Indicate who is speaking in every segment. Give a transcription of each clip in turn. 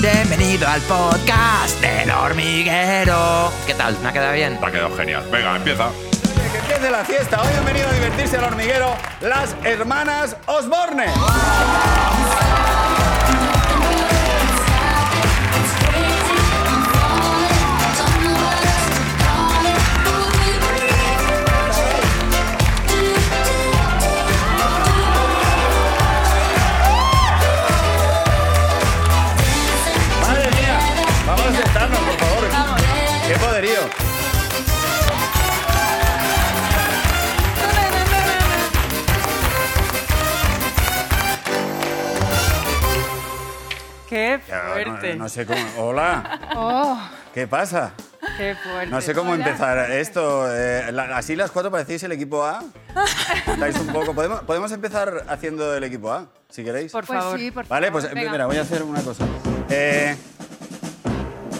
Speaker 1: Bienvenido al podcast del hormiguero. ¿Qué tal? ¿Me ha quedado bien?
Speaker 2: Te ha quedado genial. Venga, empieza.
Speaker 3: Oye, que empiece la fiesta. Hoy han venido a divertirse al hormiguero las hermanas Osborne. Madre mía, vamos a sentarnos, por favor. Qué poderío.
Speaker 4: Qué
Speaker 3: Ya, no-
Speaker 4: fuerte.
Speaker 3: no sé cómo. Hola,
Speaker 4: Oh,
Speaker 3: ¿qué pasa?
Speaker 4: qué fuerte.
Speaker 3: No sé cómo empezar esto. eh, la- así las cuatro parecéis el equipo A. Estáis un poco. ¿Podemos, podemos empezar haciendo el equipo A, si queréis.
Speaker 4: Por
Speaker 5: Pues
Speaker 4: favor.
Speaker 5: sí, por favor.
Speaker 3: vale, pues
Speaker 5: Venga.
Speaker 3: mira, voy a hacer una cosa. Eh,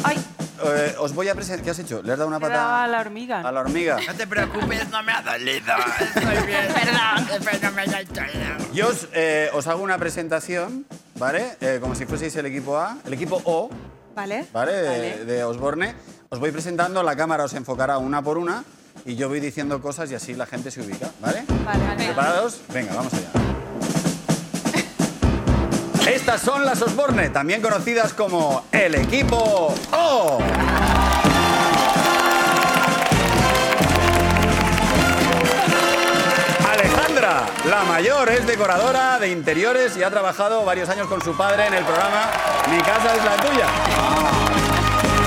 Speaker 5: Ay,
Speaker 3: eh, os voy a presentar. ¿Qué has hecho? ¿Le has dado una
Speaker 4: Le he dado
Speaker 3: patada
Speaker 4: a la hormiga.
Speaker 3: a la hormiga?
Speaker 1: No te preocupes, no me ha dolido. Estoy bien. Perdón, me la historia.
Speaker 3: Yo os, eh, os hago una presentación, ¿vale? Eh, como si fueseis el equipo A, el equipo O,
Speaker 5: vale.
Speaker 3: ¿vale? De, de Osborne. Os voy presentando, la cámara os enfocará una por una y yo voy diciendo cosas y así la gente se ubica, ¿vale?
Speaker 5: Vale, vale.
Speaker 3: ¿Preparados? Venga, vamos allá. Estas son las Osborne, también conocidas como el equipo O. Alejandra, la mayor, es decoradora de interiores y ha trabajado varios años con su padre en el programa Mi casa es la tuya.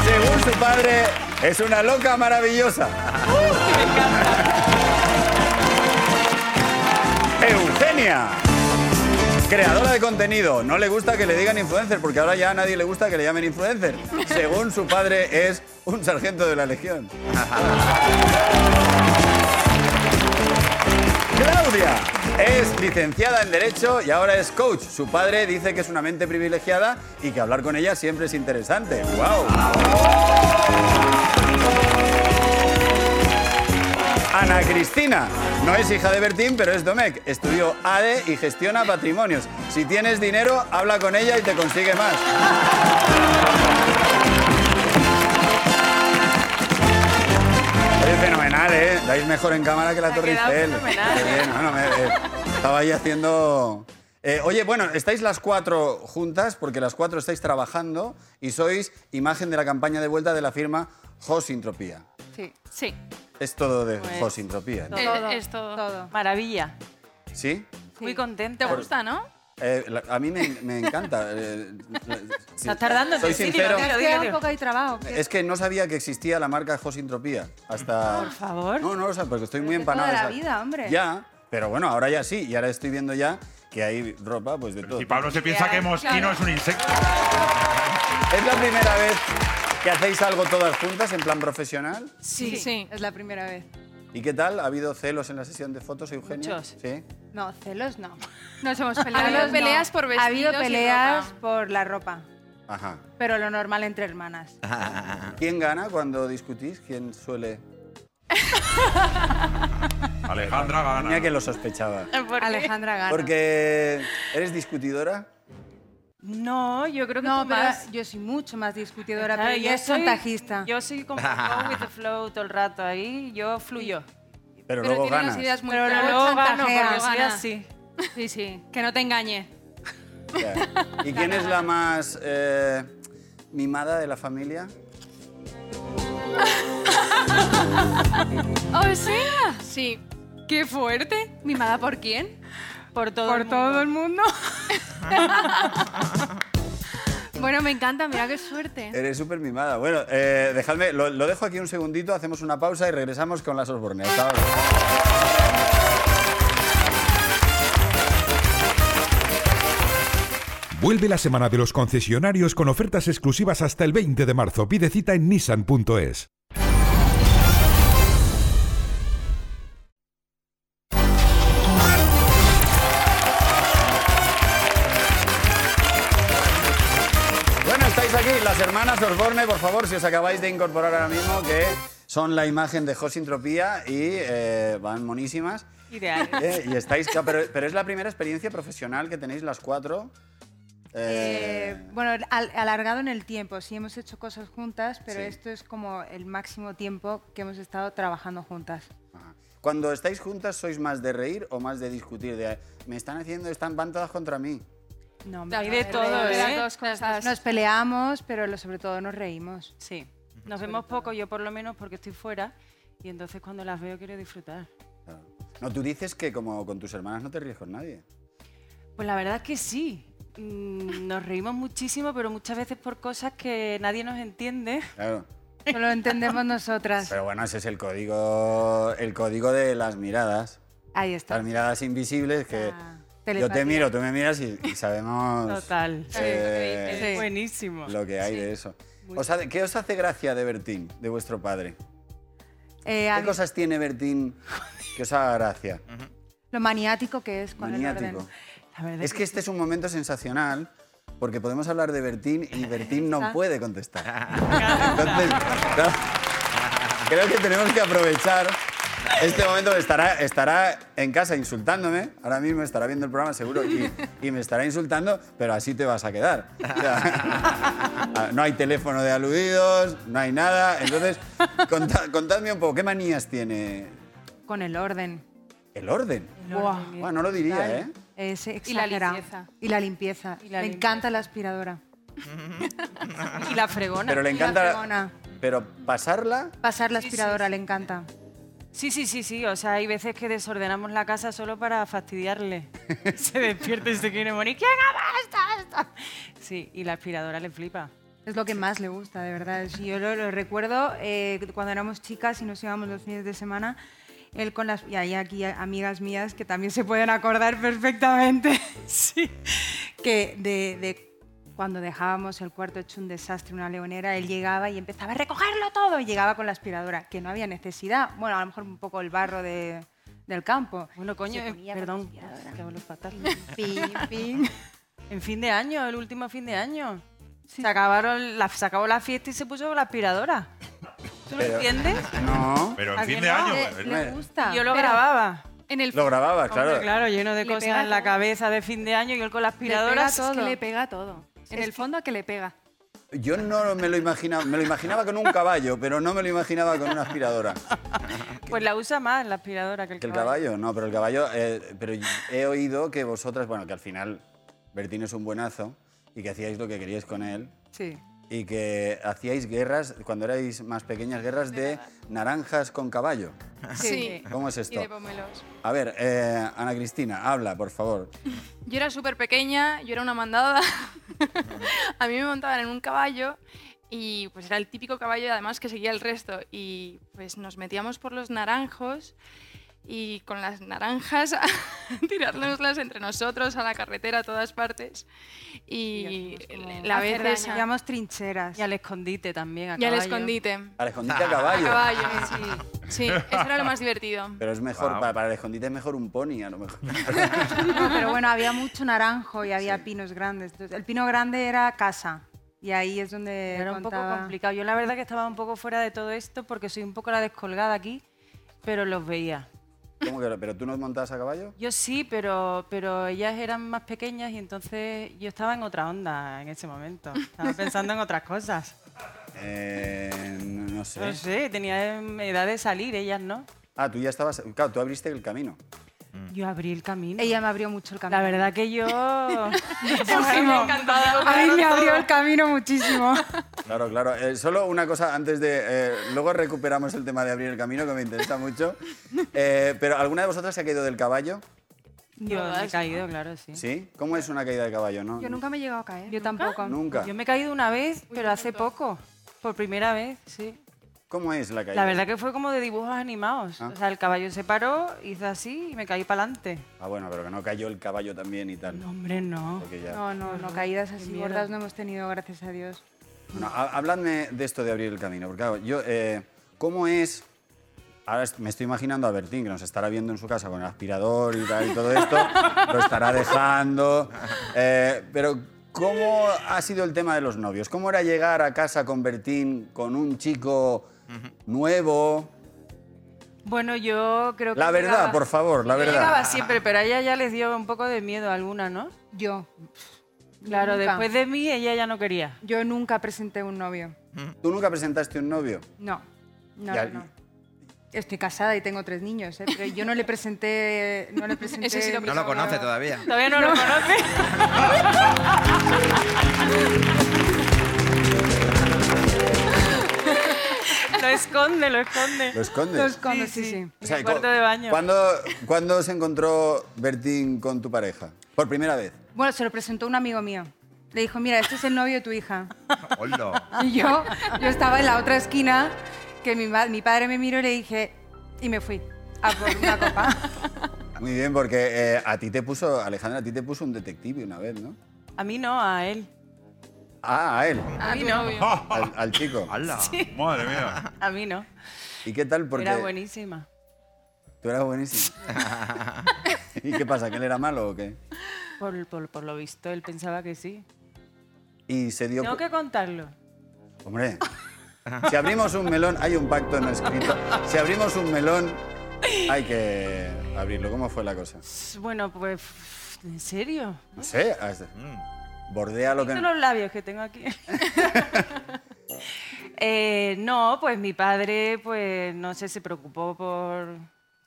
Speaker 3: Según su padre, es una loca maravillosa. Eugenia. Creadora de contenido, no le gusta que le digan influencer porque ahora ya a nadie le gusta que le llamen influencer. Según su padre es un sargento de la Legión. Claudia es licenciada en Derecho y ahora es coach. Su padre dice que es una mente privilegiada y que hablar con ella siempre es interesante. ¡Wow! Ana Cristina. No es hija de Bertín, pero es Domecq. Estudió ADE y gestiona patrimonios. Si tienes dinero, habla con ella y te consigue más. Oye, fenomenal, ¿eh? Dais mejor en cámara que la
Speaker 4: Ha
Speaker 3: Torre
Speaker 4: quedado
Speaker 3: Eiffel.
Speaker 4: fenomenal.
Speaker 3: Qué bien, no, no, me- eh, estaba ahí haciendo... Eh, oye, bueno, estáis las cuatro juntas porque las cuatro estáis trabajando y sois imagen de la campaña de vuelta de la firma Josintropía.
Speaker 5: Sí.
Speaker 4: Sí.
Speaker 3: Es todo de
Speaker 4: Pues,
Speaker 3: Josintropía, ¿eh? ¿no?
Speaker 4: todo.
Speaker 5: Todo,
Speaker 4: Es- es todo.
Speaker 5: todo.
Speaker 4: Maravilla.
Speaker 3: ¿Sí?
Speaker 4: Muy
Speaker 5: ¿Te
Speaker 4: contenta.
Speaker 5: gusta, no?
Speaker 3: Eh, la- a mí me, me encanta. eh, la- si-
Speaker 4: Estás tardando en
Speaker 3: Soy
Speaker 4: decirlo,
Speaker 3: sincero.
Speaker 4: tío.
Speaker 5: Te has
Speaker 4: dilo,
Speaker 5: quedado
Speaker 4: dilo.
Speaker 5: un poco ahí trabajo. ¿qué?
Speaker 3: Es que no sabía que existía la marca Josintropía hasta...
Speaker 4: Por favor.
Speaker 3: No, no lo sabía, porque estoy muy
Speaker 5: que toda
Speaker 3: empanada.
Speaker 5: la
Speaker 3: ¿sabes?
Speaker 5: vida, hombre.
Speaker 3: Ya, pero bueno, ahora ya sí. Y ahora estoy viendo ya que hay ropa pues de todo.
Speaker 2: Y Pablo se piensa que Mosquino es un insecto.
Speaker 3: ¿Es la primera vez que hacéis algo todas juntas en plan profesional?
Speaker 5: Sí, sí. Es la primera vez.
Speaker 3: ¿Y qué tal? ¿Ha habido celos en la sesión de fotos, Eugenia?
Speaker 4: Muchos.
Speaker 3: ¿Sí?
Speaker 5: No, celos no.
Speaker 6: Nos hemos
Speaker 5: Ha
Speaker 6: peleado.
Speaker 5: habido
Speaker 6: peleas por
Speaker 5: Ha habido
Speaker 6: vestidos y
Speaker 5: peleas
Speaker 6: ropa.
Speaker 5: por la ropa.
Speaker 3: Ajá.
Speaker 5: Pero lo normal entre hermanas.
Speaker 3: ¿Quién gana cuando discutís? ¿Quién suele...?
Speaker 2: Alejandra
Speaker 3: Mira que
Speaker 2: gana.
Speaker 3: lo sospechaba.
Speaker 5: Alejandra gana.
Speaker 3: Porque... ¿Eres discutidora?
Speaker 4: No, yo creo que
Speaker 5: No,
Speaker 4: tú
Speaker 5: pero
Speaker 4: más.
Speaker 5: yo soy mucho más discutidora,
Speaker 4: Claro,
Speaker 5: pero ella es
Speaker 4: soy-
Speaker 5: sontajista.
Speaker 4: Yo soy como go with the flow todo el rato ahí. Yo fluyo.
Speaker 3: Pero,
Speaker 6: Pero
Speaker 3: luego
Speaker 6: tiene
Speaker 3: ganas.
Speaker 6: unas ideas muy
Speaker 4: Pero
Speaker 6: claras.
Speaker 4: luego gano
Speaker 5: chantajea,
Speaker 4: porque soy
Speaker 6: gana.
Speaker 4: así.
Speaker 5: Sí, sí.
Speaker 6: Que no te engañe.
Speaker 3: Ya. ¿Y quién es la más eh, mimada de la familia?
Speaker 4: ¡Ah,
Speaker 6: ¿O sea? Sí. ¡Qué fuerte! ¿Mimada por quién?
Speaker 4: Por todo el
Speaker 5: Por
Speaker 4: mundo.
Speaker 5: todo el mundo.
Speaker 6: Bueno, me encanta, mira qué suerte.
Speaker 3: Eres súper mimada. Bueno, eh, dejadme, lo, lo dejo aquí un segundito, hacemos una pausa y regresamos con las Osborne. Hasta ahora.
Speaker 7: Vuelve la semana de los concesionarios con ofertas exclusivas hasta el 20 de marzo. Pide cita en nissan.es.
Speaker 3: Bueno, estáis aquí, las hermanas Osborne, por favor, si os acabáis de incorporar ahora mismo, que son la imagen de Josintropía y eh, van monísimas.
Speaker 4: Ideal.
Speaker 3: Eh, y estáis, claro, pero, pero es la primera experiencia profesional que tenéis las cuatro
Speaker 5: Eh, bueno, al- alargado en el tiempo. Sí, hemos hecho cosas juntas, pero
Speaker 3: Sí.
Speaker 5: esto es como el máximo tiempo que hemos estado trabajando juntas.
Speaker 3: Ajá. Cuando estáis juntas, ¿sois más de reír o más de discutir? De, me están haciendo, están, van todas contra mí.
Speaker 5: No,
Speaker 4: Hay de
Speaker 5: me-
Speaker 4: todo,
Speaker 5: me-
Speaker 4: ¿eh?
Speaker 5: las
Speaker 6: dos
Speaker 5: cosas.
Speaker 6: cosas.
Speaker 5: Nos peleamos, pero lo- sobre todo nos reímos.
Speaker 4: Sí. Nos vemos poco, yo por lo menos, porque estoy fuera. Y entonces cuando las veo quiero disfrutar.
Speaker 3: Claro. No, tú dices que como con tus hermanas no te ríes con nadie.
Speaker 4: Pues la verdad es que sí. Mm, Nos reímos muchísimo, pero muchas veces por cosas que nadie nos entiende.
Speaker 3: Claro.
Speaker 5: Solo entendemos nosotras.
Speaker 3: Pero bueno, ese es el código, el código de las miradas.
Speaker 5: Ahí está.
Speaker 3: Las miradas invisibles que
Speaker 5: Ah,
Speaker 3: yo
Speaker 5: telepatía.
Speaker 3: te miro, tú me miras y, y sabemos
Speaker 4: Total.
Speaker 3: eh,
Speaker 5: Sí.
Speaker 4: Buenísimo.
Speaker 3: lo que hay de eso. Os hace- ¿Qué os hace gracia de Bertín, de vuestro padre?
Speaker 5: Eh, a
Speaker 3: ¿Qué
Speaker 5: mí-
Speaker 3: cosas tiene Bertín que os haga gracia?
Speaker 5: Lo maniático que es con el
Speaker 3: Maniático.
Speaker 5: orden.
Speaker 4: La verdad
Speaker 3: Es que este es un momento sensacional porque podemos hablar de Bertín y Bertín no puede contestar. Entonces, claro, creo que tenemos que aprovechar este momento. Estará, estará en casa insultándome, ahora mismo estará viendo el programa seguro y, y me estará insultando, pero así te vas a quedar. O sea, no hay teléfono de aludidos, no hay nada. Entonces, contad- contadme un poco, ¿qué manías tiene
Speaker 5: Con el orden.
Speaker 3: el orden?
Speaker 5: Buah.
Speaker 3: Bueno, no lo diría, ¿eh?
Speaker 5: Es
Speaker 6: Y la
Speaker 5: exagerado.
Speaker 6: limpieza.
Speaker 5: Y la limpieza.
Speaker 6: Y la
Speaker 5: Me
Speaker 6: limpieza.
Speaker 5: encanta la aspiradora.
Speaker 4: Y la fregona.
Speaker 3: Pero le
Speaker 5: Y la
Speaker 3: encanta.
Speaker 5: fregona.
Speaker 3: Pero pasarla.
Speaker 5: Pasar la aspiradora le encanta.
Speaker 4: Sí, sí, sí, sí. O sea, hay veces que desordenamos la casa solo para fastidiarle. se despierta y se quiere morir. ¿Quién ha basta esto? Sí, y la aspiradora le flipa.
Speaker 5: Es lo que más le gusta, de verdad. Sí, yo lo, lo recuerdo eh, cuando éramos chicas y nos íbamos los fines de semana. Él con las. Y hay aquí amigas mías que también se pueden acordar perfectamente. sí. Que de, de cuando dejábamos el cuarto hecho un desastre, una leonera, él llegaba y empezaba a recogerlo todo. Y llegaba con la aspiradora, que no había necesidad. Bueno, a lo mejor un poco el barro de- del campo.
Speaker 4: eh, Bueno, coño,
Speaker 5: Se
Speaker 4: eh,
Speaker 5: ponía con
Speaker 4: perdón.
Speaker 5: la aspiradora.
Speaker 4: que hablo fatal.
Speaker 5: Pim, pim.
Speaker 4: en fin de año, el último fin de año. Se, acabaron la, se acabó la fiesta y se puso la aspiradora. ¿Tú lo
Speaker 3: Pero-
Speaker 4: entiendes?
Speaker 3: No.
Speaker 2: Pero
Speaker 4: ¿A
Speaker 2: en fin
Speaker 4: que
Speaker 2: de
Speaker 4: no?
Speaker 2: año.
Speaker 5: Ah, Le,
Speaker 2: eh,
Speaker 5: le gusta.
Speaker 4: Yo lo
Speaker 6: Ah, Pero-
Speaker 4: grababa.
Speaker 6: En el
Speaker 3: Lo grababa, claro.
Speaker 4: Hombre, claro, lleno de
Speaker 6: Le
Speaker 4: cosas
Speaker 6: pega
Speaker 4: en la
Speaker 6: todo.
Speaker 4: cabeza de fin de año y él con la aspiradora.
Speaker 6: aspiradora es que
Speaker 4: todo.
Speaker 6: le pega todo. En el fondo a que le pega.
Speaker 3: Yo no me lo imaginaba. Me lo imaginaba con un caballo, pero no me lo imaginaba con una aspiradora.
Speaker 4: Pues la usa más la aspiradora que el
Speaker 3: ¿Que el
Speaker 4: caballo.
Speaker 3: caballo? No, pero el caballo. eh, pero he oído que vosotras, bueno, que al final Bertín es un buenazo y que hacíais lo que queríais con él
Speaker 5: Sí.
Speaker 3: y que hacíais guerras, cuando erais más pequeñas, guerras de naranjas con caballo.
Speaker 6: Sí.
Speaker 3: ¿Cómo es
Speaker 6: Y
Speaker 3: esto?
Speaker 6: de pomelos.
Speaker 3: A ver, eh, Ana Cristina, habla, por favor.
Speaker 6: Yo era súper pequeña, yo era una mandada. a mí me montaban en un caballo y pues era el típico caballo además que seguía el resto. Y pues nos metíamos por los naranjos y con las naranjas a tirárnoslas entre nosotros a la carretera a todas partes. Y la vez esa-
Speaker 5: Hacíamos trincheras.
Speaker 4: Y al escondite también. A
Speaker 6: Y al
Speaker 4: caballo.
Speaker 6: escondite.
Speaker 3: Al escondite a
Speaker 6: A
Speaker 3: caballo.
Speaker 6: caballo, sí. Sí, eso era lo más divertido.
Speaker 3: Pero es mejor,
Speaker 2: Wow.
Speaker 3: para, para el escondite es mejor un pony, a lo mejor.
Speaker 5: No, Ah, pero bueno, había mucho naranjo y había pinos grandes. Entonces, el pino grande era casa. Y ahí es donde
Speaker 4: Era un poco
Speaker 5: contaba-
Speaker 4: complicado. Yo la verdad que estaba un poco fuera de todo esto porque soy un poco la descolgada aquí, pero los veía.
Speaker 3: ¿Cómo que, ¿Pero tú no montabas a caballo?
Speaker 4: Yo sí, pero, pero ellas eran más pequeñas y entonces yo estaba en otra onda en ese momento. Estaba pensando en otras cosas.
Speaker 3: Eh, no no sé.
Speaker 4: No sé, tenía em, edad de salir, ellas no.
Speaker 3: Ah, tú ya estabas. Claro, tú abriste el camino.
Speaker 4: Yo abrí el camino.
Speaker 5: Ella me abrió mucho el camino.
Speaker 4: La verdad que yo...
Speaker 5: A mí me abrió el camino muchísimo.
Speaker 3: Claro, claro. Eh, solo una cosa antes de. eh, luego recuperamos el tema de abrir el camino, que me interesa mucho. Eh, pero ¿alguna de vosotras se ha caído del caballo?
Speaker 4: Yo me he caído, claro, sí.
Speaker 3: ¿Sí? ¿Cómo es una caída de caballo? No?
Speaker 5: Yo nunca me he llegado a caer. Yo tampoco.
Speaker 3: Nunca.
Speaker 4: Yo me he caído una vez, pero hace poco. Por primera vez, sí.
Speaker 3: ¿Cómo es la caída?
Speaker 4: La verdad que fue como de dibujos animados.
Speaker 3: Ah.
Speaker 4: O sea, el caballo se paró, hizo así y me caí para adelante.
Speaker 3: Ah, bueno, pero que no cayó el caballo también y tal.
Speaker 4: No, hombre, no.
Speaker 3: Porque ya.
Speaker 5: No, no, no, caídas así
Speaker 4: miedo.
Speaker 5: gordas no hemos tenido, gracias a Dios.
Speaker 3: Bueno, ha- habladme de esto de abrir el camino, porque claro, yo, eh, ¿cómo es? Ahora est- me estoy imaginando a Bertín, que nos estará viendo en su casa con el aspirador y tal y todo esto, lo estará dejando, eh, pero ¿cómo ha sido el tema de los novios? ¿Cómo era llegar a casa con Bertín, con un chico nuevo?
Speaker 4: Bueno, yo creo que.
Speaker 3: La verdad,
Speaker 4: llegaba-
Speaker 3: por favor, la
Speaker 4: Yo llegaba
Speaker 3: verdad.
Speaker 4: siempre, pero a ella ya les dio un poco de miedo alguna, ¿no?
Speaker 5: Yo.
Speaker 4: Claro,
Speaker 5: Nunca.
Speaker 4: después de mí ella ya no quería.
Speaker 5: Yo nunca presenté un novio.
Speaker 3: ¿Tú nunca presentaste un novio?
Speaker 5: No, no,
Speaker 3: Ya-
Speaker 5: no, no. Estoy casada y tengo tres niños, ¿eh? pero yo no le presenté... No le presenté
Speaker 8: Ese sí lo
Speaker 5: mi
Speaker 1: No lo conoce
Speaker 5: novio.
Speaker 1: todavía.
Speaker 4: Todavía no, lo conoce. lo esconde, lo esconde.
Speaker 3: ¿Lo escondes?
Speaker 5: Lo escondo, sí, sí.
Speaker 3: O sea,
Speaker 4: En el cuarto
Speaker 3: co-
Speaker 4: de baño.
Speaker 3: ¿cuándo, cuándo se encontró Bertín con tu pareja? Por primera vez.
Speaker 5: Bueno, se lo presentó un amigo mío. Le dijo, mira, este es el novio de tu hija.
Speaker 1: Hola.
Speaker 5: Y yo, yo estaba en la otra esquina, que mi, ma- mi padre me miró y le dije, y me fui a por una copa.
Speaker 3: Muy bien, porque eh, a ti te puso, Alejandra, a ti te puso un detective una vez, ¿no?
Speaker 4: A mí no, a él.
Speaker 3: Ah, a él,
Speaker 8: A tu novio.
Speaker 3: al, al chico.
Speaker 1: Hola.
Speaker 2: Madre mía.
Speaker 4: A mí no.
Speaker 3: ¿Y qué tal? Porque
Speaker 4: Era buenísima.
Speaker 3: tú eras buenísimo. ¿Y qué pasa? ¿Que él era malo o qué?
Speaker 4: Por, por- por lo visto, él pensaba que sí.
Speaker 3: Y se dio...
Speaker 4: Tengo
Speaker 3: cu-
Speaker 4: que contarlo.
Speaker 3: Hombre, si abrimos un melón, hay un pacto no escrito. Si abrimos un melón, hay que abrirlo. ¿Cómo fue la cosa?
Speaker 4: Bueno, pues, ¿en serio?
Speaker 3: No sé, hasta- bordea lo que...
Speaker 4: Son los labios que tengo aquí. Eh, no, pues mi padre, pues no sé, se preocupó por,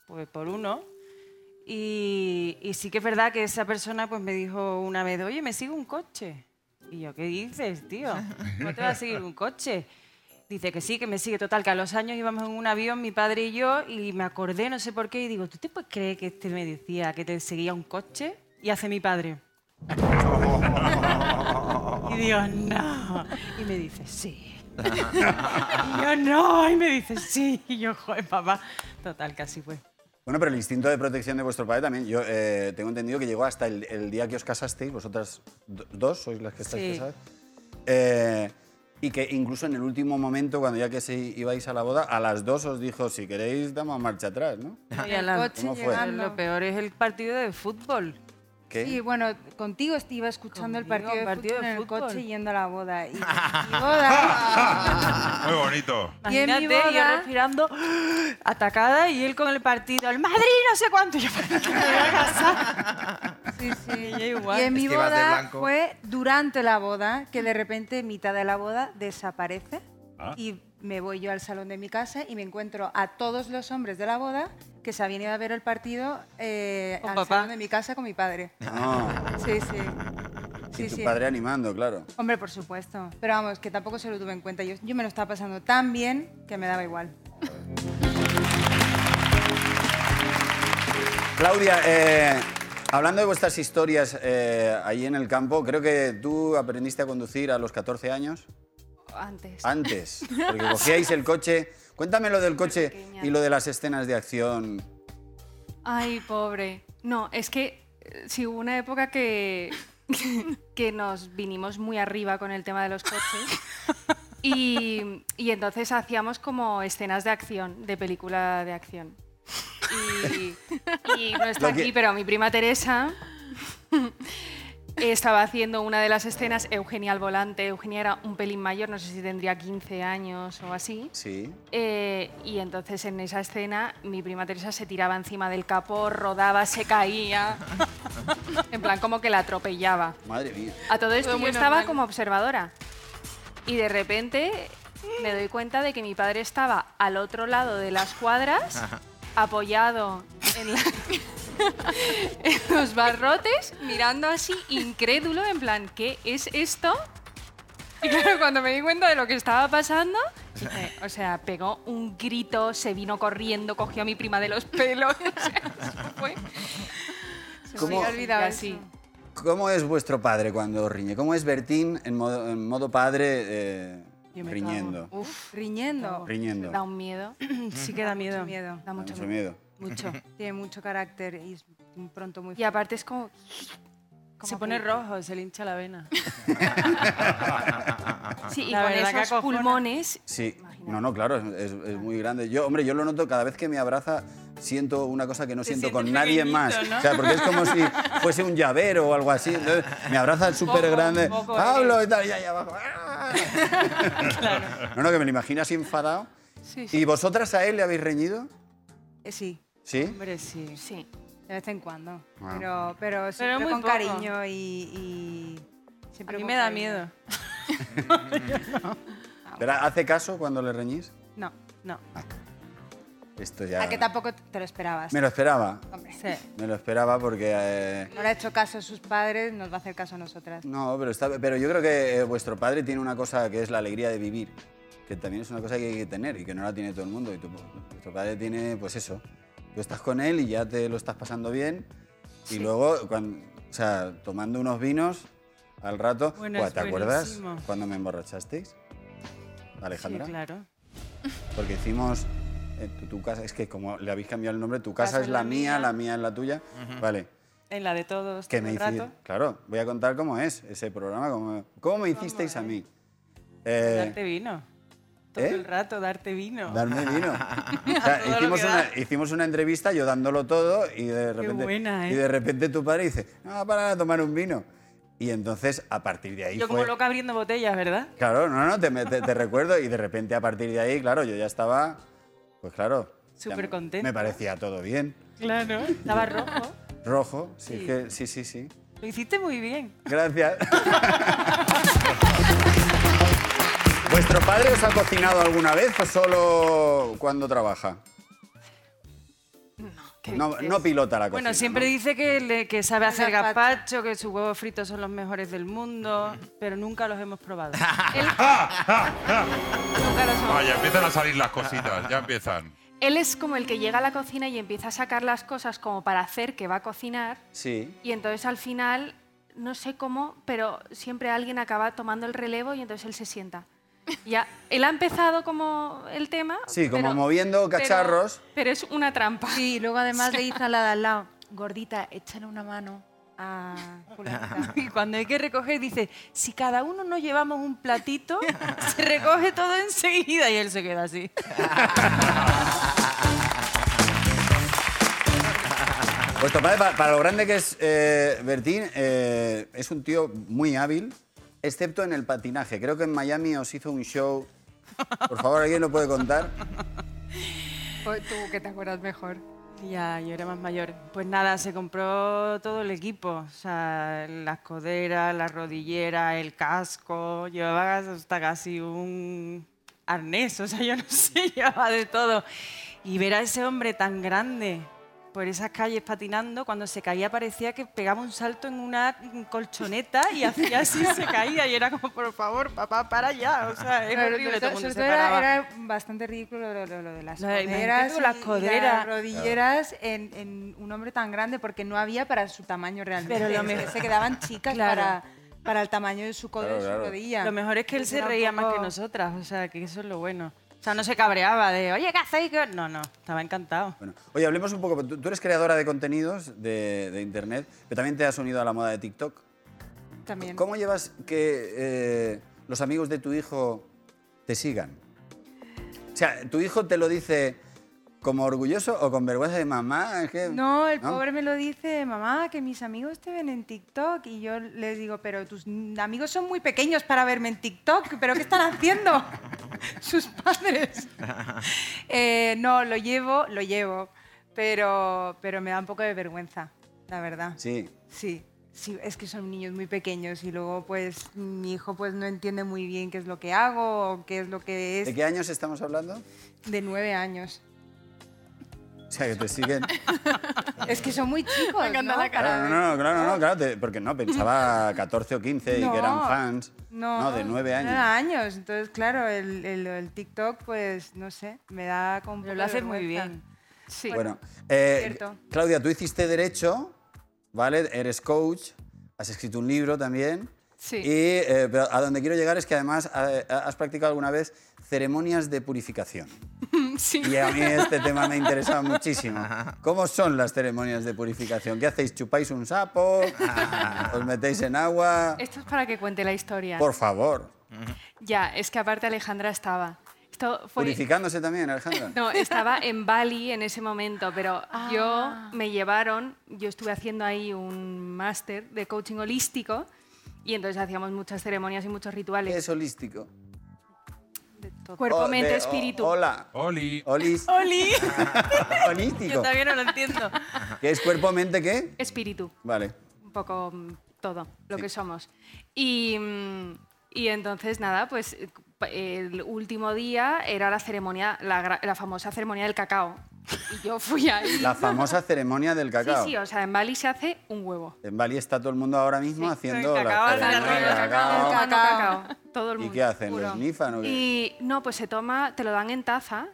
Speaker 4: pues, por uno. Y, y sí que es verdad que esa persona pues me dijo una vez, oye, me sigue un coche. Y yo, ¿qué dices, tío? ¿Cómo te va a seguir un coche? Dice que sí, que me sigue. Total, que a los años íbamos en un avión, mi padre y yo, y me acordé, no sé por qué, y digo, ¿tú te puedes creer que este me decía que te seguía un coche? Y hace mi padre. Y digo, no. Y me dice, sí. y yo, no. Y me dice, sí. Y yo, joder, papá. Total, casi fue.
Speaker 3: Bueno, pero el instinto de protección de vuestro padre también. Yo eh, tengo entendido que llegó hasta el, el día que os casasteis, vosotras do- dos sois las que estáis
Speaker 4: Sí.
Speaker 3: casadas. Eh, y que incluso en el último momento, cuando ya que se ibais a la boda, a las dos os dijo, si queréis, damos marcha atrás, ¿no?
Speaker 5: Y el coche
Speaker 3: ¿Cómo fue?
Speaker 5: llegando.
Speaker 4: Lo peor es el partido de fútbol.
Speaker 3: ¿Qué?
Speaker 5: Sí, bueno, contigo est- iba escuchando el
Speaker 4: Conmigo,
Speaker 5: partido de,
Speaker 4: partido
Speaker 5: fútbol
Speaker 4: de
Speaker 5: en el
Speaker 4: fútbol.
Speaker 5: coche yendo a la boda. Y, mi boda,
Speaker 4: Ah.
Speaker 2: Muy bonito.
Speaker 5: Y en mi
Speaker 4: Imagínate, yo
Speaker 5: boda-
Speaker 4: respirando atacada y él con el partido. El Madrid no sé cuánto. Yo para que me voy a casar.
Speaker 5: sí, sí.
Speaker 4: Y yo igual.
Speaker 5: Y en mi
Speaker 1: Es que vas de
Speaker 5: boda
Speaker 1: blanco.
Speaker 5: fue durante la boda que de repente mitad de la boda desaparece
Speaker 2: Ah.
Speaker 5: y me voy yo al salón de mi casa y me encuentro a todos los hombres de la boda que se habían ido a ver el partido eh,
Speaker 4: Con
Speaker 5: al
Speaker 4: papá.
Speaker 5: salón de mi casa con mi padre.
Speaker 3: Ah,
Speaker 5: Sí, sí. Sí,
Speaker 3: y tu
Speaker 5: sí.
Speaker 3: padre animando, claro.
Speaker 5: Hombre, por supuesto. Pero vamos, que tampoco se lo tuve en cuenta. Yo, yo me lo estaba pasando tan bien que me daba igual.
Speaker 3: Claudia, eh, hablando de vuestras historias eh, ahí en el campo, creo que tú aprendiste a conducir a los 14 años.
Speaker 8: Antes.
Speaker 3: Antes, porque cogíais el coche. Cuéntame lo del coche
Speaker 8: pequeña.
Speaker 3: y lo de las escenas de acción.
Speaker 8: Ay, pobre. No, es que eh, sí hubo una época que, que nos vinimos muy arriba con el tema de los coches. Y, y entonces hacíamos como escenas de acción, de película de acción. Y, y no está
Speaker 3: Lo que-
Speaker 8: aquí, pero mi prima Teresa estaba haciendo una de las escenas, Eugenia al volante. Eugenia era un pelín mayor, no sé si tendría 15 años o así.
Speaker 3: Sí.
Speaker 8: Eh, y entonces en esa escena mi prima Teresa se tiraba encima del capó, rodaba, se caía, en plan como que la atropellaba.
Speaker 3: Madre mía.
Speaker 8: A todo esto Todo yo muy estaba normal. como observadora y de repente me doy cuenta de que mi padre estaba al otro lado de las cuadras, apoyado en, la- en los barrotes, mirando así incrédulo, en plan, ¿qué es esto? Y claro, cuando me di cuenta de lo que estaba pasando, dije, o sea, pegó un grito, se vino corriendo, cogió a mi prima de los pelos. O sea, eso fue
Speaker 5: Se
Speaker 3: ¿Cómo-
Speaker 5: me había olvidado
Speaker 8: Casi.
Speaker 5: eso.
Speaker 3: ¿Cómo es vuestro padre cuando os riñe? ¿Cómo es Bertín en modo, en modo padre eh,
Speaker 4: Yo me
Speaker 3: riñendo?
Speaker 5: Uf, riñendo.
Speaker 3: Riñendo.
Speaker 8: da un miedo.
Speaker 4: Sí que da
Speaker 5: Mucho
Speaker 4: miedo.
Speaker 5: miedo.
Speaker 8: Da
Speaker 3: Da
Speaker 8: mucho
Speaker 3: mucho
Speaker 8: miedo.
Speaker 3: miedo.
Speaker 4: Mucho.
Speaker 5: Tiene mucho carácter y es un pronto muy
Speaker 8: Y aparte es como...
Speaker 4: Se
Speaker 8: como
Speaker 4: pone
Speaker 8: que-
Speaker 4: rojo, se le hincha la vena.
Speaker 8: Sí, y
Speaker 4: La
Speaker 8: con
Speaker 4: verdad que
Speaker 8: esos
Speaker 4: acojona.
Speaker 8: pulmones...
Speaker 3: Sí.
Speaker 8: Imagínate.
Speaker 3: No, no, claro, es, es- es muy grande. Yo, hombre, yo lo noto cada vez que me abraza. Siento una cosa que no siento con
Speaker 4: sientes
Speaker 3: nadie
Speaker 4: pequeñito,
Speaker 3: más.
Speaker 4: ¿no?
Speaker 3: O sea, porque es como si fuese un llavero o algo así. Entonces, me abraza súper grande.
Speaker 4: poco, ¿eh?
Speaker 3: Pablo y tal, y ahí abajo. ¡ah! No, no, que me lo imagino así enfadado.
Speaker 8: Sí, sí.
Speaker 3: ¿Y vosotras a él le habéis reñido?
Speaker 5: Eh, Sí,
Speaker 3: ¿Sí?
Speaker 4: Hombre, sí.
Speaker 8: Sí.
Speaker 5: de vez en cuando.
Speaker 3: Ah.
Speaker 5: Pero, pero siempre
Speaker 4: muy
Speaker 5: con
Speaker 4: poco.
Speaker 5: cariño y, y Se
Speaker 4: A mí
Speaker 5: preocupa
Speaker 4: me da
Speaker 5: y-
Speaker 4: miedo. Ah,
Speaker 3: Pero ¿hace caso cuando le reñís? Ah.
Speaker 5: No.
Speaker 4: No.
Speaker 3: Esto ya...
Speaker 8: A que tampoco te lo esperabas.
Speaker 3: Me lo esperaba.
Speaker 8: Hombre,
Speaker 4: Sí.
Speaker 3: Me lo esperaba porque... eh,
Speaker 5: No le ha hecho caso a sus padres, nos va a hacer caso a nosotras.
Speaker 3: No, pero, está, pero yo creo que eh, vuestro padre tiene una cosa que es la alegría de vivir, que también es una cosa que hay que tener y que no la tiene todo el mundo. Y tu, vuestro padre tiene, pues eso, tú estás con él y ya te lo estás pasando bien y luego, cuan- o sea, tomando unos vinos al rato,
Speaker 4: Bueno,
Speaker 3: Buah,
Speaker 4: es
Speaker 3: ¿te acuerdas
Speaker 4: buenísimo.
Speaker 3: cuando me emborrachasteis? Alejandra,
Speaker 4: Sí, claro.
Speaker 3: porque hicimos eh, tu, tu casa, es que como le habéis cambiado el nombre, tu casa es la mía, la mía es la tuya, vale.
Speaker 4: En la de todos.
Speaker 3: Que
Speaker 4: todo
Speaker 3: me
Speaker 4: el
Speaker 3: hiciste,
Speaker 4: rato.
Speaker 3: claro, voy a contar cómo es ese programa, cómo, cómo me hicisteis a mí. Eh,
Speaker 4: Darte vino. Todo
Speaker 3: ¿eh?
Speaker 4: el rato, darte vino.
Speaker 3: darme vino. O sea,
Speaker 4: Todo lo
Speaker 3: hicimos,
Speaker 4: que
Speaker 3: una, hicimos una entrevista, yo dándolo todo, y de repente,
Speaker 4: buena, ¿eh?
Speaker 3: y de repente tu padre dice, no, para a tomar un vino. Y entonces, a partir de ahí
Speaker 4: Yo
Speaker 3: fue...
Speaker 4: como loca abriendo botellas, ¿verdad?
Speaker 3: Claro, no, no, te, me- te- te recuerdo, y de repente a partir de ahí, claro, yo ya estaba, pues claro... ya
Speaker 4: Súper
Speaker 3: me-
Speaker 4: contenta.
Speaker 3: Me parecía todo bien.
Speaker 4: Claro. Estaba rojo.
Speaker 3: Rojo, sí, que- sí, sí, sí.
Speaker 4: Lo hiciste muy bien.
Speaker 3: Gracias. ¿Vuestro padre os ha cocinado alguna vez o solo cuando trabaja?
Speaker 6: ¿Qué
Speaker 3: No,
Speaker 6: dices?
Speaker 3: no pilota la cocina.
Speaker 4: Bueno, siempre
Speaker 3: ¿no?
Speaker 4: dice que, le- que sabe hacer
Speaker 5: Gazpacho.
Speaker 4: gazpacho, que sus huevos fritos son los mejores del mundo, pero nunca los hemos probado.
Speaker 6: Él,
Speaker 2: Ah, ya empiezan a salir las cositas, ya empiezan.
Speaker 6: él es como el que llega a la cocina y empieza a sacar las cosas como para hacer que va a cocinar
Speaker 3: Sí.
Speaker 6: y entonces al final, no sé cómo, pero siempre alguien acaba tomando el relevo y entonces él se sienta. Ya, él ha empezado como el tema.
Speaker 3: Sí, como
Speaker 6: pero-
Speaker 3: moviendo
Speaker 6: pero-
Speaker 3: cacharros.
Speaker 6: Pero, es una trampa.
Speaker 5: Sí, y luego además le dice a la de al lado,
Speaker 8: Gordita, échale una mano a
Speaker 5: fulanita.
Speaker 4: Y cuando hay que recoger, dice, si cada uno nos llevamos un platito, se recoge todo enseguida y él se queda así.
Speaker 3: Vuestro padre, pa- para, lo grande que es eh, Bertín, eh, es un tío muy hábil, excepto en el patinaje. Creo que en Miami os hizo un show. Por favor, ¿alguien lo puede contar?
Speaker 5: tú que te acuerdas mejor.
Speaker 4: Ya, yo era más mayor. Pues nada, se compró todo el equipo. O sea, las coderas, la rodillera, el casco. Llevaba hasta casi un arnés. O sea, yo no sé, llevaba de todo. Y ver a ese hombre tan grande por esas calles patinando, cuando se caía parecía que pegaba un salto en una colchoneta y hacía así, se caía. Y era como, por favor, papá, para ya. O sea, es
Speaker 5: Claro, sobre
Speaker 4: horrible. Todo el
Speaker 5: todo-
Speaker 4: mundo se
Speaker 5: sobre todo era,
Speaker 4: paraba.
Speaker 5: era bastante ridículo lo, lo- lo de las
Speaker 4: Lo de-
Speaker 5: coderas,
Speaker 4: imagínate tú, las
Speaker 5: y- y
Speaker 4: coderas.
Speaker 5: las rodilleras en, en un hombre tan grande porque no había para su tamaño realmente.
Speaker 4: Pero lo
Speaker 5: Es que
Speaker 4: mejor-
Speaker 5: se quedaban chicas
Speaker 4: Claro.
Speaker 5: para, para el tamaño de su codo
Speaker 3: Claro,
Speaker 5: y su
Speaker 3: claro.
Speaker 5: rodilla.
Speaker 4: Lo mejor es que él
Speaker 5: Entonces
Speaker 4: se
Speaker 5: era un
Speaker 4: reía más que
Speaker 5: poco-
Speaker 4: nosotras, o sea, que eso es lo bueno. O sea, no se cabreaba de, oye, ¿qué hacéis? ¿Qué-?" No, no, estaba encantado.
Speaker 3: Bueno, oye, hablemos un poco. Tú, tú eres creadora de contenidos de, de Internet, pero también te has unido a la moda de TikTok.
Speaker 5: También.
Speaker 3: ¿Cómo llevas que eh, los amigos de tu hijo te sigan? O sea, ¿tu hijo te lo dice como orgulloso o con vergüenza de mamá? Es que-
Speaker 5: No, el pobre me lo dice, mamá, que mis amigos te ven en TikTok. Y yo les digo, pero tus n- amigos son muy pequeños para verme en TikTok, ¿pero qué están haciendo? Sus padres. Eh, no, lo llevo, lo llevo, pero, pero me da un poco de vergüenza, la verdad.
Speaker 3: Sí.
Speaker 5: Sí, sí, es que son niños muy pequeños y luego pues mi hijo pues no entiende muy bien qué es lo que hago o qué es lo que
Speaker 3: ¿De
Speaker 5: es
Speaker 3: qué años estamos hablando?
Speaker 5: de nueve años.
Speaker 3: O sea, que te siguen.
Speaker 5: Es que son muy chicos,
Speaker 6: Me encanta
Speaker 5: ¿no?
Speaker 6: la cara.
Speaker 3: Claro, Ah, no, no, claro, no, claro, te- porque no, pensaba 14 o 15 y que eran
Speaker 5: No,
Speaker 3: fans.
Speaker 5: No,
Speaker 3: de 9 años.
Speaker 5: nueve años. Entonces, claro, el, el- el TikTok, pues, no sé, me da como un
Speaker 4: Pero
Speaker 5: poco
Speaker 4: lo
Speaker 5: de
Speaker 4: hace muy
Speaker 5: vergüenza.
Speaker 4: bien.
Speaker 6: Sí.
Speaker 3: Bueno, eh,
Speaker 5: cierto.
Speaker 3: Claudia, tú hiciste derecho, ¿vale? Eres coach, has escrito un libro también.
Speaker 6: Sí.
Speaker 3: Y eh, pero a donde quiero llegar es que además eh, has practicado alguna vez ceremonias de purificación.
Speaker 6: sí.
Speaker 3: Y a mí este tema me interesa muchísimo. ¿Cómo son las ceremonias de purificación? ¿Qué hacéis? ¿Chupáis un sapo? ¿Os metéis en agua?
Speaker 6: Esto es para que cuente la historia.
Speaker 3: Por favor.
Speaker 6: Ya, es que aparte Alejandra estaba. Esto fue.
Speaker 3: ¿Purificándose también, Alejandra?
Speaker 6: Pues- No, estaba en Bali en ese momento, pero yo me llevaron, yo estuve haciendo ahí un máster de coaching holístico y entonces hacíamos muchas ceremonias y muchos
Speaker 3: ¿Qué
Speaker 6: rituales.
Speaker 3: es holístico?
Speaker 6: Cuerpo,
Speaker 3: O- de-
Speaker 6: mente,
Speaker 3: o-
Speaker 6: espíritu.
Speaker 3: Hola.
Speaker 2: Oli.
Speaker 3: Olis.
Speaker 4: ¡Oli!
Speaker 3: Holístico.
Speaker 4: Yo también no lo entiendo.
Speaker 3: ¿Qué es cuerpo, mente, qué?
Speaker 6: Espíritu.
Speaker 3: Vale.
Speaker 6: Un poco mm, todo lo que somos. Y, mm, y entonces, nada, pues eh, pa- el último día era la ceremonia, la, gra- la famosa ceremonia del cacao. Y yo fui ahí.
Speaker 3: La famosa ceremonia del
Speaker 6: Sí,
Speaker 3: cacao.
Speaker 6: sí, o sea, en Bali se hace un huevo.
Speaker 3: En Bali está todo el mundo ahora mismo haciendo
Speaker 4: el
Speaker 3: la
Speaker 4: cacao, el
Speaker 3: ceremonia del
Speaker 4: cacao, el
Speaker 3: cacao.
Speaker 6: Cacao, cacao, Todo el
Speaker 3: ¿Y
Speaker 6: mundo.
Speaker 3: qué hacen?
Speaker 6: puro.
Speaker 3: ¿Los nifan o qué?
Speaker 6: Y no, pues se toma, te lo dan en taza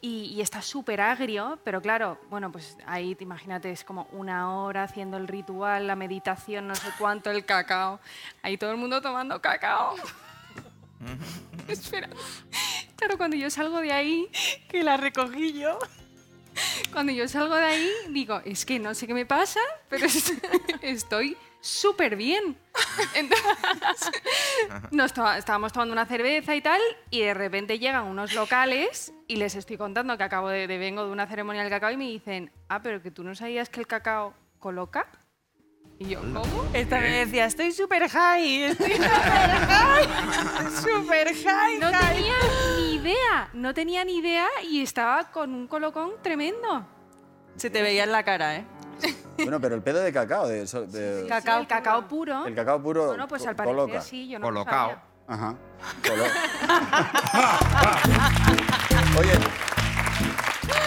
Speaker 6: y, y está súper agrio, pero claro, bueno, pues ahí te imagínate, es como una hora haciendo el ritual, la meditación, no sé cuánto, el cacao. Ahí todo el mundo tomando cacao. Espera. Claro, cuando yo salgo de ahí, que la recogí yo. Cuando yo salgo de ahí, digo, es que no sé qué me pasa, pero es- estoy súper bien. Entonces, nos to- estábamos tomando una cerveza y tal, y de repente llegan unos locales y les estoy contando que acabo de, de- vengo de una ceremonia del cacao y me dicen, ah, pero que tú no sabías que el cacao coloca. Y yo, ¿cómo?
Speaker 4: Esta me decía, estoy súper high, estoy súper high, súper high.
Speaker 6: No
Speaker 4: high".
Speaker 6: tenía ni idea, no tenía ni idea y estaba con un colocón tremendo.
Speaker 4: Se te veía en la cara, ¿eh?
Speaker 3: Bueno, pero el pedo de cacao, de, eso- de-
Speaker 6: Cacao, cacao puro.
Speaker 3: el cacao puro
Speaker 6: Bueno, pues al
Speaker 3: co-
Speaker 6: parecer
Speaker 3: coloca.
Speaker 6: sí, yo no lo
Speaker 1: Colocao.
Speaker 3: Ajá.
Speaker 6: sabía.
Speaker 3: Colo- Oye,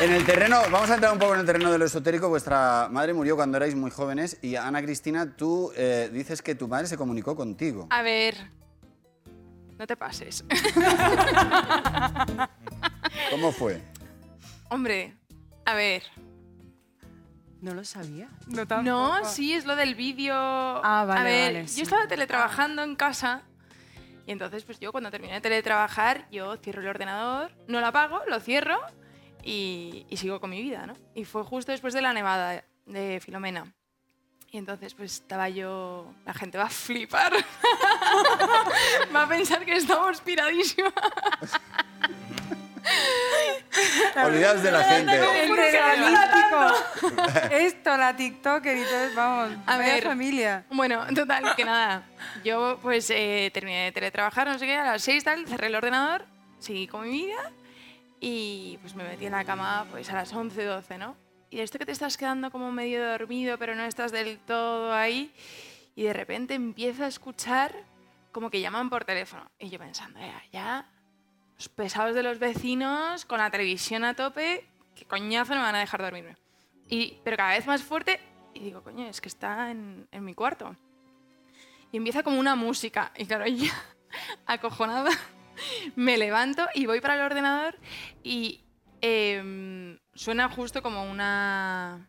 Speaker 3: en el terreno, vamos a entrar un poco en el terreno de lo esotérico. Vuestra madre murió cuando erais muy jóvenes y Ana Cristina, tú eh, dices que tu madre se comunicó contigo.
Speaker 6: A ver, no te pases.
Speaker 3: ¿Cómo fue?
Speaker 6: Hombre, a ver.
Speaker 4: No lo sabía.
Speaker 5: No, tampoco.
Speaker 6: No, sí, es lo del vídeo. Ah,
Speaker 5: vale,
Speaker 6: A ver,
Speaker 5: vale, sí.
Speaker 6: yo estaba teletrabajando en casa y entonces pues yo cuando terminé de teletrabajar, yo cierro el ordenador, no lo apago, lo cierro y, y sigo con mi vida, ¿no? Y fue justo después de la nevada de Filomena. Y entonces pues estaba yo... La gente va a flipar. va a pensar que estamos piradísimas.
Speaker 3: Olvidaos de la gente.
Speaker 5: El
Speaker 6: juro que la
Speaker 5: regalístico. Esto, la TikToker y todo, vamos,
Speaker 6: A
Speaker 5: vaya
Speaker 6: ver.
Speaker 5: familia.
Speaker 6: Bueno, total, que nada. Yo pues eh, terminé de teletrabajar, no sé qué, a las 6 tal, cerré el ordenador, seguí con mi vida y pues me metí en la cama pues a las 11, 12, ¿no? Y de esto que te estás quedando como medio dormido, pero no estás del todo ahí, y de repente empiezo a escuchar como que llaman por teléfono. Y yo pensando, ya, ya, los pesados de los vecinos, con la televisión a tope, que coñazo no me van a dejar dormirme. Y, pero cada vez más fuerte, y digo, coño, es que está en, en mi cuarto. Y empieza como una música, y claro, yo acojonada, me levanto y voy para el ordenador y em, suena justo como una,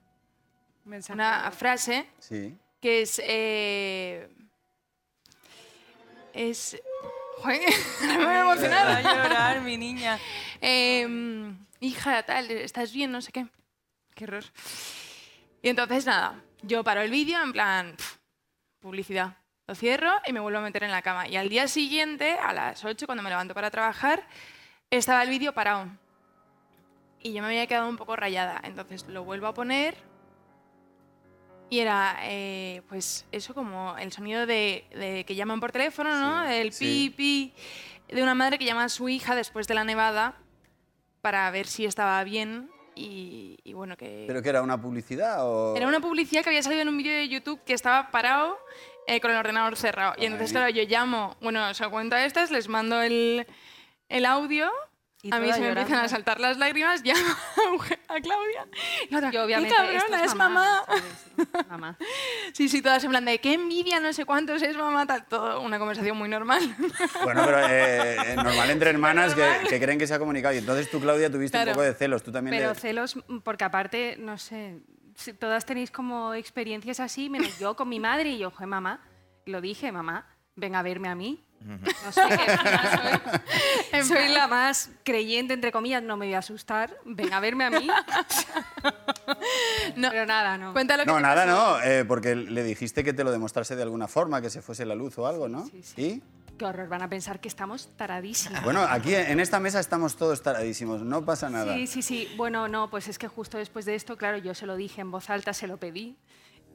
Speaker 5: Mensaje.
Speaker 6: una frase
Speaker 3: Sí.
Speaker 6: que es... eh, es... Joder, me voy a emocionar.
Speaker 4: Va a llorar, mi niña.
Speaker 6: Em, hija, tal, ¿estás bien? No sé qué. Qué error. Y entonces, nada, yo paro el vídeo en plan, pf, publicidad. Lo cierro y me vuelvo a meter en la cama. Y al día siguiente, a las 8, cuando me levanto para trabajar, estaba el vídeo parado. Y yo me había quedado un poco rayada. Entonces lo vuelvo a poner. Y era, eh, pues, eso como el sonido de, de que llaman por teléfono, ¿no?
Speaker 3: Sí,
Speaker 6: el pi,
Speaker 3: sí.
Speaker 6: pi de una madre que llama a su hija después de la nevada para ver si estaba bien y, y bueno, que...
Speaker 3: ¿Pero que era una publicidad o...?
Speaker 6: Era una publicidad que había salido en un vídeo de YouTube que estaba parado eh, con el ordenador cerrado. Y entonces,
Speaker 3: Ay.
Speaker 6: claro, yo llamo, bueno, se lo cuento a estas, les mando el, el audio.
Speaker 5: Y
Speaker 6: A mí
Speaker 5: toda
Speaker 6: se me empiezan
Speaker 5: llorando.
Speaker 6: a saltar las lágrimas, llamo a Euge- a Claudia. Y la otra,
Speaker 8: Yo,
Speaker 6: "Qué
Speaker 8: obviamente, esto
Speaker 6: cabrona,
Speaker 8: es
Speaker 6: es mamá.
Speaker 8: ¿sabes? Mamá.
Speaker 6: Sí, sí, todas en plan de qué envidia, no sé cuántos es mamá, tal. Todo una conversación muy normal.
Speaker 3: Bueno, pero eh, eh, normal entre hermanas que, que creen que se ha comunicado. Y entonces tú, Claudia, tuviste un
Speaker 6: Claro.
Speaker 3: poco de celos. Tú también
Speaker 8: Pero
Speaker 3: le-
Speaker 8: celos, mm, porque aparte, no sé, si todas tenéis como experiencias así, menos yo con mi madre y yo, joder, mamá, lo dije, mamá, ven a verme a mí. No sé, que soy, soy la más creyente, entre comillas, no me voy a asustar, ven a verme a mí.
Speaker 6: No.
Speaker 8: Pero nada, no.
Speaker 6: Cuenta lo que
Speaker 3: No,
Speaker 6: te
Speaker 3: nada,
Speaker 6: pasó.
Speaker 3: no, eh, porque le dijiste que te lo demostrase de alguna forma, que se fuese la luz o algo, ¿no?
Speaker 8: Sí, sí.
Speaker 3: Y
Speaker 8: Qué horror, van a pensar que estamos taradísimos.
Speaker 3: bueno, aquí en esta mesa estamos todos taradísimos, no pasa nada.
Speaker 8: Sí, sí, sí. Bueno, no, pues es que justo después de esto, claro, yo se lo dije en voz alta, se lo pedí.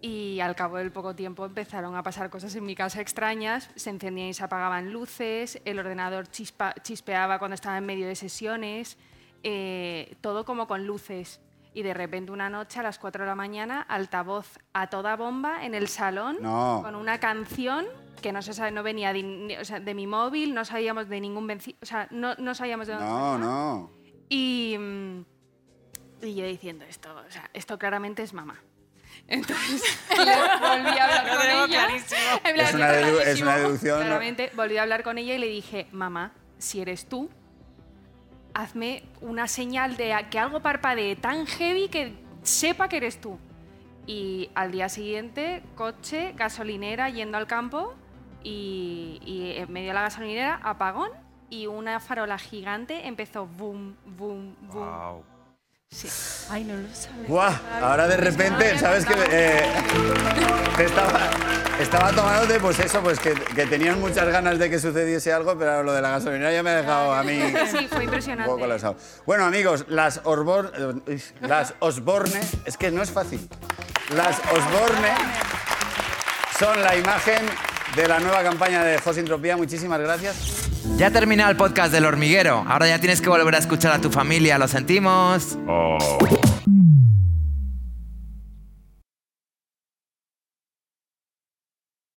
Speaker 8: Y al cabo del poco tiempo empezaron a pasar cosas en mi casa extrañas. Se encendían y se apagaban luces, el ordenador chispa- chispeaba cuando estaba en medio de sesiones, eh, todo como con luces. Y de repente una noche a las 4 de la mañana, altavoz a toda bomba en el salón
Speaker 3: No.
Speaker 8: con una canción que no se sabe, no venía de, ni- o sea, de mi móvil, no sabíamos de ningún vencido, o sea, no, no sabíamos de dónde
Speaker 3: No,
Speaker 8: venía.
Speaker 3: no.
Speaker 8: Y, mm, y yo diciendo esto, o sea, esto claramente es mamá. Entonces volví a hablar con ella. En plan,
Speaker 3: Es una
Speaker 8: yo
Speaker 3: dedu- es
Speaker 8: clarísimo,
Speaker 3: una deducción, ¿no?
Speaker 8: Claramente volví a hablar con ella y le dije, mamá, si eres tú, hazme una señal de a- que algo parpadee tan heavy que sepa que eres tú. Y al día siguiente, coche, gasolinera, yendo al campo y, y en medio de la gasolinera, apagón y una farola gigante empezó boom, boom, boom.
Speaker 9: Wow.
Speaker 8: Sí.
Speaker 4: Ay, no lo sabes.
Speaker 3: ¡Guau! Ahora de repente, ¿sabes qué? Eh, te estaba, estaba tomándote, pues eso, pues que, que tenían muchas ganas de que sucediese algo, pero lo de la gasolina ya me ha dejado a mí
Speaker 8: Sí, fue
Speaker 3: un
Speaker 8: impresionante.
Speaker 3: poco colapsado. Bueno, amigos, las, Orbor, eh, uy, las Osborne, es que no es fácil. Las Osborne son la imagen de la nueva campaña de Josintropía. Muchísimas gracias.
Speaker 9: Ya terminado el podcast del hormiguero. Ahora ya tienes que volver a escuchar a tu familia. Lo sentimos.